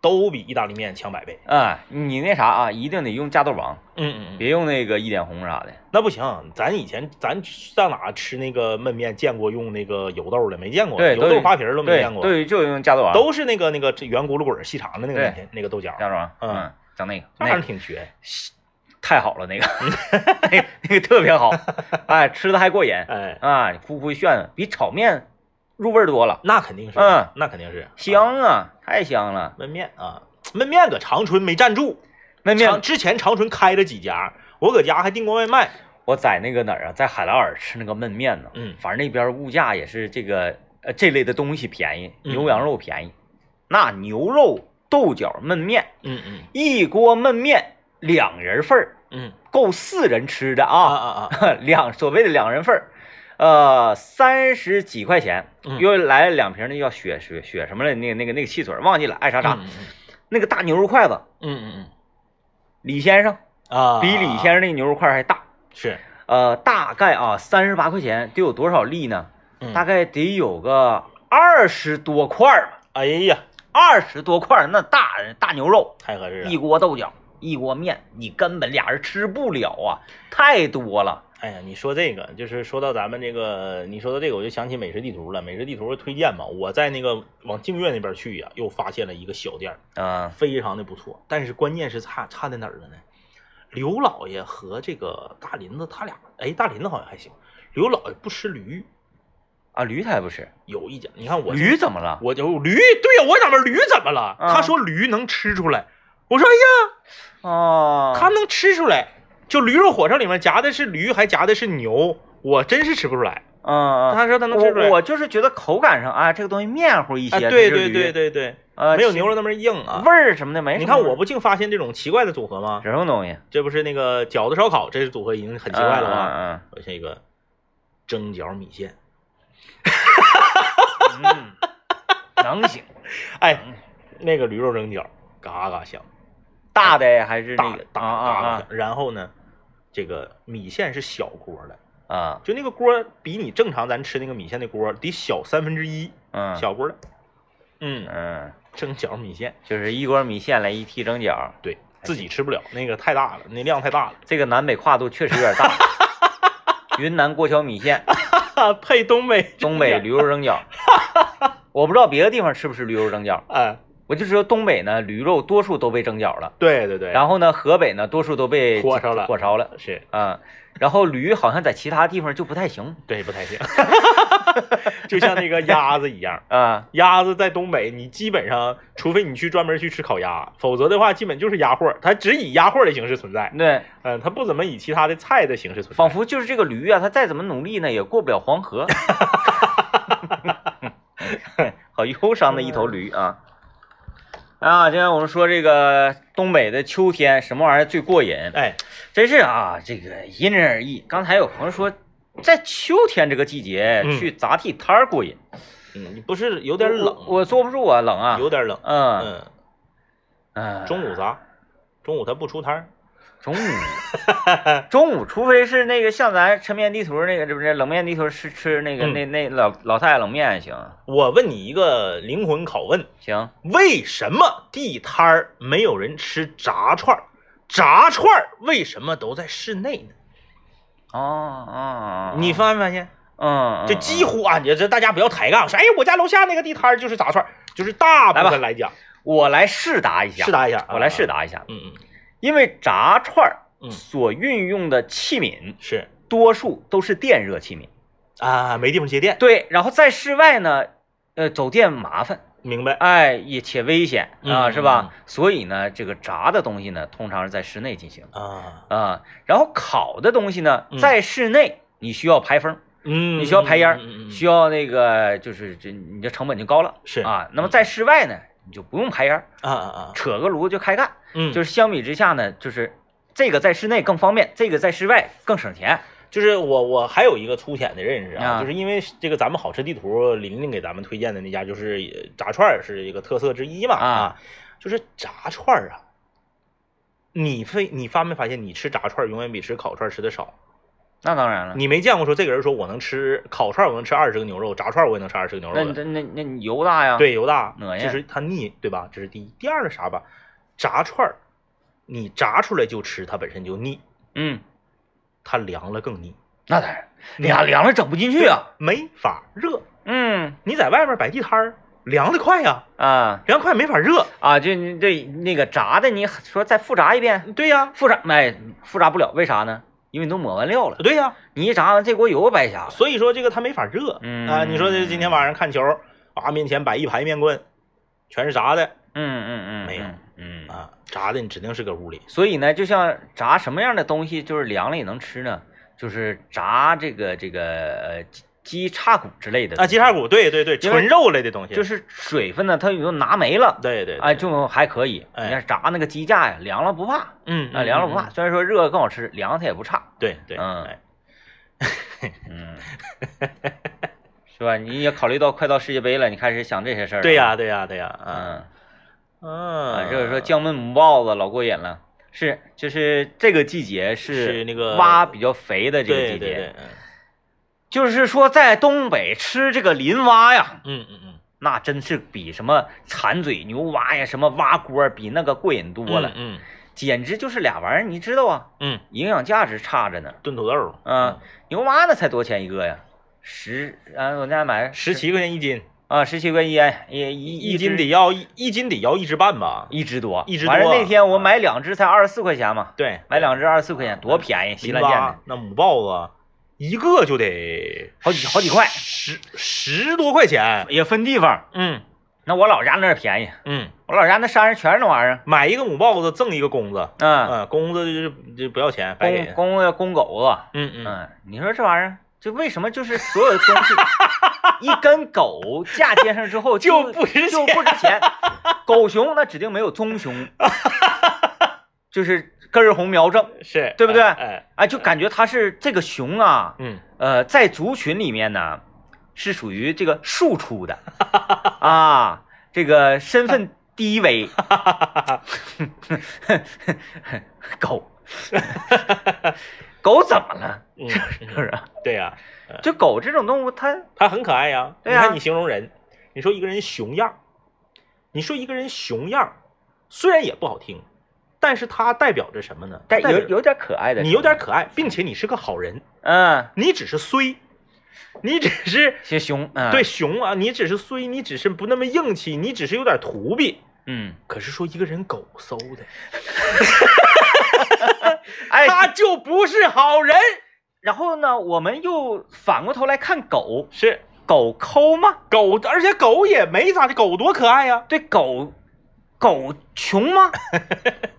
都比意大利面强百倍。
哎，你那啥啊，一定得用加豆王，
嗯嗯嗯，
别用那个一点红啥的。
那不行，咱以前咱上哪吃那个焖面见过用那个油豆的没见过，
对，
油
都
豆
有
花皮儿都没
对
见过，
对，就用加豆王，
都是那个那个圆咕噜滚儿细长的那个
对
面条那个豆角，
加豆王，
嗯
嗯，整那个，那
那玩意儿
个
挺绝。
太好了，那 个，那个那个特别好，哎，吃的还过瘾，
哎，
啊，呼呼炫，比炒面入味儿多了，
那肯定是，
嗯，
那肯定是啊
香啊，太香了。
焖面啊，焖面搁长春没站住，
那
长
面
之前长春开了几家，我搁家还订过外卖。
我在那个哪儿啊，在海拉尔吃那个焖面呢，
嗯
反正那边物价也是这个呃这类的东西便宜，
嗯
牛羊肉便宜，那牛肉豆角焖面
嗯嗯
一锅焖面两人份儿，
嗯
够四人吃的
啊
啊，
啊啊！
两所谓的两人份儿，呃，三十几块钱，
嗯
又来了两瓶那叫雪雪雪什么来，那个那个那个汽水忘记了，爱啥啥，
嗯
那个大牛肉筷子，
嗯嗯
李先生
嗯啊，
比李先生那个牛肉块还大，
是
呃，大概啊三十八块钱得有多少粒呢？
嗯
大概得有个二十多块儿吧，
哎呀，
二十多块儿那大大牛肉，
太合适
一
了。
锅豆角，一锅面，你根本俩人吃不了啊，太多了。
哎呀，你说这个，就是说到咱们这个，你说到这个，我就想起美食地图了。美食地图推荐嘛，我在那个往净月那边去呀、又发现了一个小店儿，
嗯
非常的不错。但是关键是差差在哪儿了呢？刘老爷和这个大林子，他俩，哎，大林子好像还行，刘老爷不吃驴。
啊，驴他也不吃，
有一家，你看我这
驴怎么了？
我就驴，对呀、我想问驴怎么了？
啊
他说驴能吃出来，我说哎呀，
哦，
他能吃出来，就驴肉火烧里面夹的是驴，还夹的是牛，我真是吃不出来。
嗯，嗯
他说他能吃出来，
我我就是觉得口感上啊，这个东西面糊一
啊，
些，
对
这是
对
驴
对，对对，
呃，
没有
其
牛肉那么硬啊
味。儿什么的没什么。
你看我不净发现这种奇怪的组合吗？
什么东西，
这不是那个饺子烧烤，这组合已经很奇怪了吗？
嗯
我这个蒸饺米线，
嗯
啊
嗯，嗯 能行，
哎，那个驴肉蒸饺，嘎嘎香。
大的还是那
大
个
大
啊
大
啊
的，然后呢，这个米线是小锅的，
啊啊，
就那个锅比你正常咱吃那个米线的锅得小三分之一，
嗯
小锅的。嗯，
嗯，
蒸饺米线，
就是一锅米线来一屉蒸饺，
对自己吃不了，那个太大了，那量太 大
这个南北跨度确实有点 大。云南过桥米线，
了，配东北
东北驴肉蒸饺，我不知道别的地方吃不吃驴肉蒸饺，
啊，
我就知道东北呢驴肉多数都被蒸饺了，
对对对，
然后呢河北呢多数都被
火烧了
火烧了。
是
啊，然后驴好像在其他地方就不太行
对不太 行，就像那个鸭子一样。
啊。
鸭子在东北，你基本上，除非你去专门去吃烤鸭，否则的话，基本就是鸭货，它只以鸭货的形式存在。
对，
嗯，它不怎么以其他的菜的形式存在。
仿佛就是这个驴啊，它再怎么努力呢，也过不了黄河。 好忧伤的一头驴啊！
嗯
啊，今天我们说这个东北的秋天什么玩意儿最过瘾？
哎，
真是啊，这个因人而异。刚才有朋友说，在秋天这个季节
嗯
去砸地摊儿过瘾，
嗯，你不是有
有
点冷，
我坐不住啊，冷啊，
有点冷。
嗯，
嗯，
嗯，
中午啥？中午他不出摊儿，
中午， 中午，除非是那个像咱抻面地图那个，这不是冷面地图吃吃那个、
嗯
那那老老太太冷面也行
我问你一个灵魂拷问：
行，
为什么地摊儿没有人吃炸串儿？炸串儿为什么都在室内呢？
哦哦，哦
你发没发现？
嗯，嗯
这几乎啊，你这大家不要抬杠，说哎，我家楼下那个地摊儿就是炸串儿，就是大部分来讲
嗯我来试答一下，
试，答一下，
我来
啊
试，答一下，
嗯嗯，
因为炸串儿
嗯
所运用的器皿
是
多数都是电热器皿，
啊，没地方接电，
对，然后在室外呢，呃，走电麻烦，
明白？
哎，也且危险啊，
嗯
是吧？所以呢，这个炸的东西呢，通常是在室内进行。
啊，
啊，然后烤的东西呢，
嗯
在室内你需要排风，
嗯，
你需要排烟儿
嗯嗯嗯
需要那个就是这你的成本就高了
是
啊。那么在室外呢，你就不用排烟儿，
啊啊啊，
扯个炉就开干。
嗯，
就是是相比之下呢，就是这个在室内更方便，这个在室外更省钱。
就是我我还有一个粗浅的认识啊，
啊
就是因为这个咱们好吃地图琳琳给咱们推荐的那家，就是呃炸串儿是一个特色之一嘛
啊
就是炸串儿啊，你非你发没发现你吃炸串儿永远比吃烤串儿吃的少？
那当然了，
你没见过说这个人说我能吃烤串，我能吃二十个牛肉，炸串我也能吃二十个牛
那
肉的，
那那那你油大呀？，
对，油大
哪，呀
就是它腻，对吧？这是第一，第二个啥吧？炸串儿，你炸出来就吃，它本身就腻，
嗯，
它凉了更腻，
那当然，
嗯
凉凉了整不进去啊。
没法热。
嗯
你在外面摆地摊儿，凉的快呀，
啊
凉快没法热。
啊，就你对那个炸的，你说再复炸一遍，
对呀，
复炸哎复炸不了，为啥呢？因为你都抹完料了。
对呀，
你一炸完这锅油白瞎了。
所以说这个它没法热。
嗯
啊，你说这今天晚上看球啊，面前摆一排面棍，全是炸的
嗯嗯嗯，
没有
嗯，嗯。
啊，炸的你指定是搁屋里。
所以呢，就像炸什么样的东西，就是凉了也能吃呢，就是炸这个这个呃鸡鸡叉骨之类的
啊，鸡叉，骨，对对对，
因为
纯肉类的东西，
就是水分呢，它有时候拿没了，
对对，
哎，
对
就还可以。
哎
你看炸那个鸡架呀，凉了不怕，
嗯
啊，凉了不怕，，虽然说热更好吃，凉它也不差，
对对，
嗯
哎
嗯，是吧？你也考虑到快到世界杯了，你开始想这些事儿了，
对呀对呀对呀，啊
嗯。啊，
嗯，
就是说姜焖母豹子老过瘾了，是就是这个季节
是
是
那个
蛙比较肥的这个季
对对
节，
对，
就是说在东北吃这个林蛙呀，
嗯嗯嗯，
那真是比什么馋嘴牛蛙呀、什么蛙锅比那个过瘾多了，
嗯
简直就是俩玩意儿，你知道啊，
嗯，
营养价值差着呢。
炖土豆，
啊，牛蛙那才多钱一个呀？十啊，我那买
十七块钱一斤，
啊，十七块一哎，一一
一斤
斤
得要一一斤得要一只半吧？
一只多，
一只
完了
多
那天我买两只才二十四块钱嘛。
对，
买两只二十四块钱，多便宜！
林
西兰见
蛙
的，
那母豹子一个就得
好几好几块
十十多块钱，
也分地方。
嗯
那我老家那儿便宜，
嗯，
我老家那山上全是那玩意儿。
买一个母豹子赠一个公子，
嗯，
嗯，公子就是就不要钱，白给
公，公的公狗子，
嗯嗯，
哎嗯，你说这玩意儿，就为什么就是所有的东 西，一跟狗嫁接上之 后
就
就
不值
就不值钱。狗熊那指定没有棕 熊，就是根儿红苗正，
是
嗯对不对
哎哎，
哎，就感觉它是这个熊啊，
嗯，
呃，在族群里面呢，是属于这个庶出 的啊，这个身份低 微，狗，狗怎么了？
嗯
是不是？
对呀。
就狗这种动物， 它
它很可爱呀、
对
你
呀
看你形容人，你说一个人熊样儿，你说一个人熊样儿，虽然也不好听，但是它代表着什么呢？代表
有有点可爱的，
你有点可爱，并且你是个好人，
嗯，
你只是衰，你只是
些熊，嗯，
对，熊啊，你只是衰，你只是不那么硬气，你只是有点土鳖。
嗯，
可是说一个人狗嗖的，
哎，
他就不是好人，
然后呢，我们又反过头来看狗，
是
狗抠吗？
狗，而且狗也没咋的，狗多可爱啊呀、
对，狗，狗穷 吗？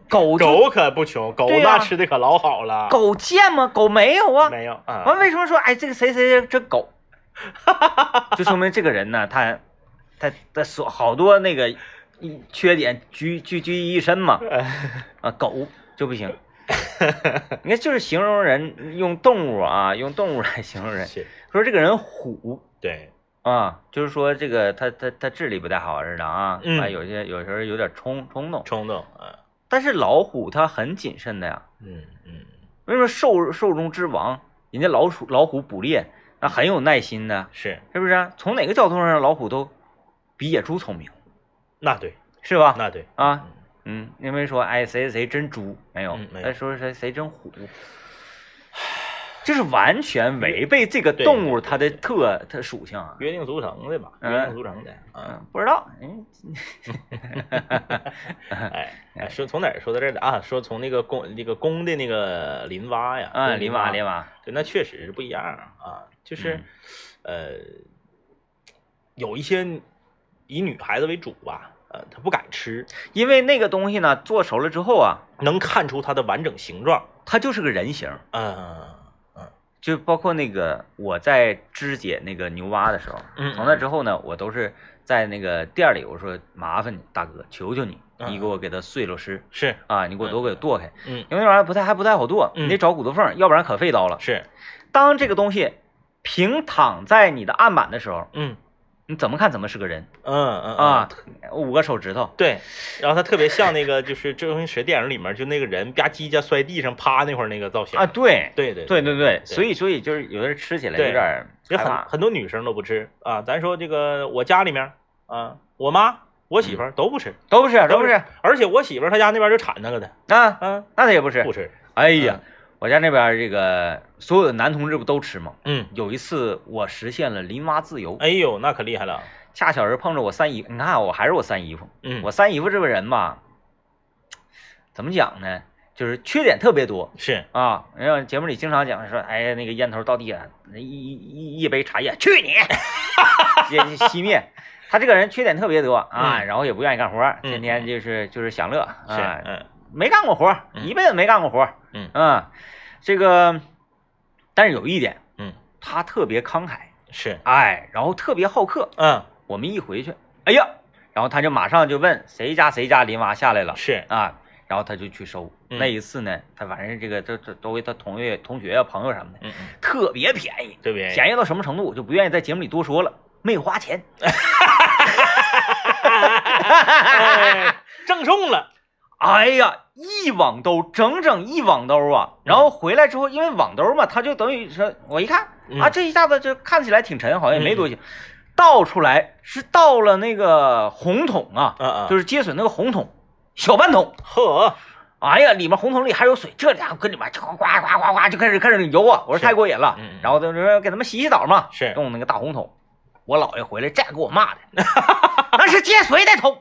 狗就
狗可不穷，狗
对
那
呀
吃的可老好了，
狗贱吗？狗没有啊。
没有啊，
完为什么说哎这个谁谁谁这 狗，就说明这个人呢，他他他所好多那个一缺点聚聚聚一身嘛
哎
啊狗就不 行。你看，就是形 容人用动物啊，用动物来形容人，
是，
说这个人虎
对，
啊，就是说这个他他他智力不太好似的啊，
嗯
啊有些有时候有点冲冲动，
冲动，嗯
但是老虎它很谨慎的呀。
嗯嗯，
为什么兽兽中之王，人家老鼠老虎捕猎那很有耐心的，
是，
是不是、啊？从哪个角度上，老虎都比野猪聪明，
那对，
是吧？
那对，
啊，嗯，因为说哎谁谁真猪没有
嗯，没有
再说谁谁真虎，这是完全违背这个
对
动物
对对
它的特它属性啊。
约定俗成的吧，
嗯
约定俗成的，嗯，
嗯，不知道，嗯，
哎，哎说从哪儿说到这儿的啊？说从那个公那个公的那个嗯林蛙呀，
啊，
公
林
蛙
娃，林娃，
对，那确实是不一样啊，就是，
嗯
呃，有一些以女孩子为主吧，呃，她不敢吃，
因为那个东西呢，做熟了之后啊，
能看出它的完整形状，
它就是个人形，
嗯
就包括那个我在肢解那个牛蛙的时候，
嗯
从那之后呢，我都是在那个店里，我说麻烦你大哥，求求你，
嗯
你给我给它碎了吃
是，
啊，你给我都给我剁开，
嗯
因为那玩意儿不太还不太好剁，
嗯
你得找骨头缝，要不然可费刀了。
是，
当这个东西平躺在你的案板的时候，
嗯
你怎么看怎么是个人
嗯嗯
啊，，五个手指头，
对，然后它特别像那个就是周星驰电影里面就那个人吧唧一下摔地上趴那会儿那个造型
啊，，对
对对
对对对，所以所以就是有的人吃起来有
对
点儿
这
害
很
怕
很多女生都不吃啊。咱说这个，我家里面啊，我妈、我媳妇
嗯
儿都不吃，
都不是都
都
不
不
是
而且我媳妇儿她家那边就产那个的，
啊，
嗯，
那他也不是
不。吃，
哎呀，
嗯
我家那边儿这个所有的男同志不都吃吗？
嗯，
有一次我实现了淋蛙自由，
哎呦，那可厉害了，
恰巧是碰着我三姨，你看我还是我三姨夫，
嗯，
我三姨夫这个人吧，怎么讲呢？就是缺点特别多
是，
啊。然后节目里经常讲说，哎呀，那个烟头到地下，一一一一杯茶叶，去你， 直接就熄灭。他这个人缺点特别多啊，
嗯
然后也不愿意干活儿，天
嗯
天就是就是享乐啊，
是，嗯
没干过活儿，
嗯
一辈子没干过活儿。
嗯
这个，但是有一点，
嗯，
他特别慷慨，
是，
哎，然后特别好客。
嗯
我们一回去，哎呀，然后他就马上就问谁家谁家林娃下来了
是，
啊，然后他就去收。
嗯
那一次呢，他反正这个这这周围他同学同学啊朋友什么的，
嗯嗯，
特别便宜，
特别
便宜到什么程度，我就不愿意在节目里多说了，没花钱。
哎正中了，
哎呀，一网兜，整整一网兜啊！然后回来之后，因为网兜嘛，他就等于说，我一看
嗯
啊，这一下子就看起来挺沉，好像也没多久，倒出来是倒了那个红桶啊，
嗯嗯，
就是是接水那个红桶，小半桶。
呵，
哎呀，里面红桶里还有水，这家伙跟里面就呱呱呱呱呱就开始开始游啊！我说
是
太过瘾了，
嗯嗯
然后他就说给他们洗洗澡嘛，
是
用那个大红桶。我姥爷回来再给我 骂的，那是接水的桶。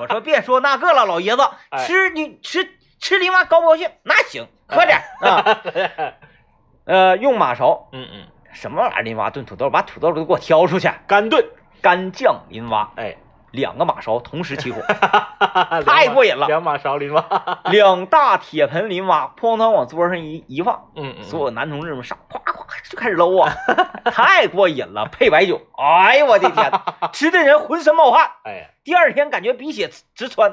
我说别说那个了，老爷子，
哎
吃你吃吃林蛙高不高兴？那行，喝点
哎
儿啊。呃，用马勺
嗯嗯，
什么玩意儿林蛙炖土豆，把土豆都给我挑出去，
干炖，
干酱林蛙，
哎，
两个马勺同时起 火，
太
过哎瘾了
两把勺林蛙，
两大铁盆林蛙哐当往桌上一一放，
嗯嗯，
所有男同志们上，夸夸就开始搂啊，太过瘾了，配白酒，哎呦我的天，吃的人浑身冒汗，
哎，
第二天感觉鼻血直直 窜，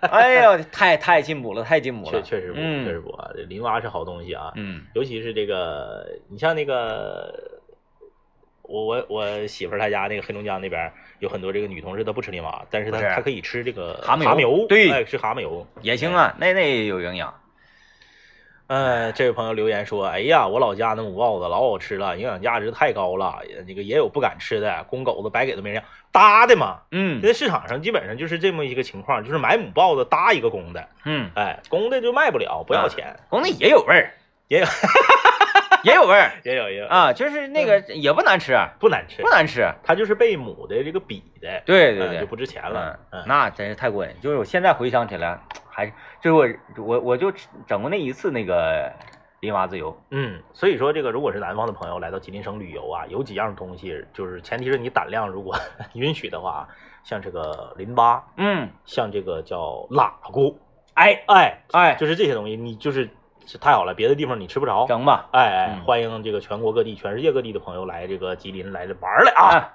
哎呀，太太进步了，太进步
确
了，
确实不，
嗯
确实不啊，这林蛙是好东西啊，
嗯
尤其是这个，你像那个，我我我媳妇儿她家那个黑龙江那边儿有很多这个女同志，她不吃林蛙，但是她
不是
她可以吃这个
蛤蟆油
油，
对
哎，吃蛤蟆油。
也行啊，那那也有营养，
呃，这位朋友留言说，哎呀，我老家那母豹子老好吃了，营养价值太高了，也那个也有不敢吃的，公狗子白给都没人要搭的嘛。
嗯
现在市场上基本上就是这么一个情况，就是买母豹子搭一个公的，
嗯，
哎，公的就卖不了，不要钱，
公的也有味儿，
也有
也有味 儿
也有也有，
啊，就是那个
嗯
也不难吃，啊
不难吃
不，难吃，
它就是被母的这个比的，
对对
呃
对
就，不值钱
嗯
了，嗯，
那真是太过瘾。就是我现在回想起来，还是就是我我我就整过那一次那个林蛙自由，
嗯，所以说这个如果是南方的朋友来到吉林省旅游啊，有几样东西，就是前提是你胆量如果 允许的话，啊像这个淋巴，
嗯，
像这个叫喇蛄，
哎
哎，
哎，
就是这些东西，你就是是太好了，别的地方你吃不着。
整吧
哎哎，
嗯
欢迎这个全国各地、全世界各地的朋友来这个吉林来这玩儿来啊！
啊，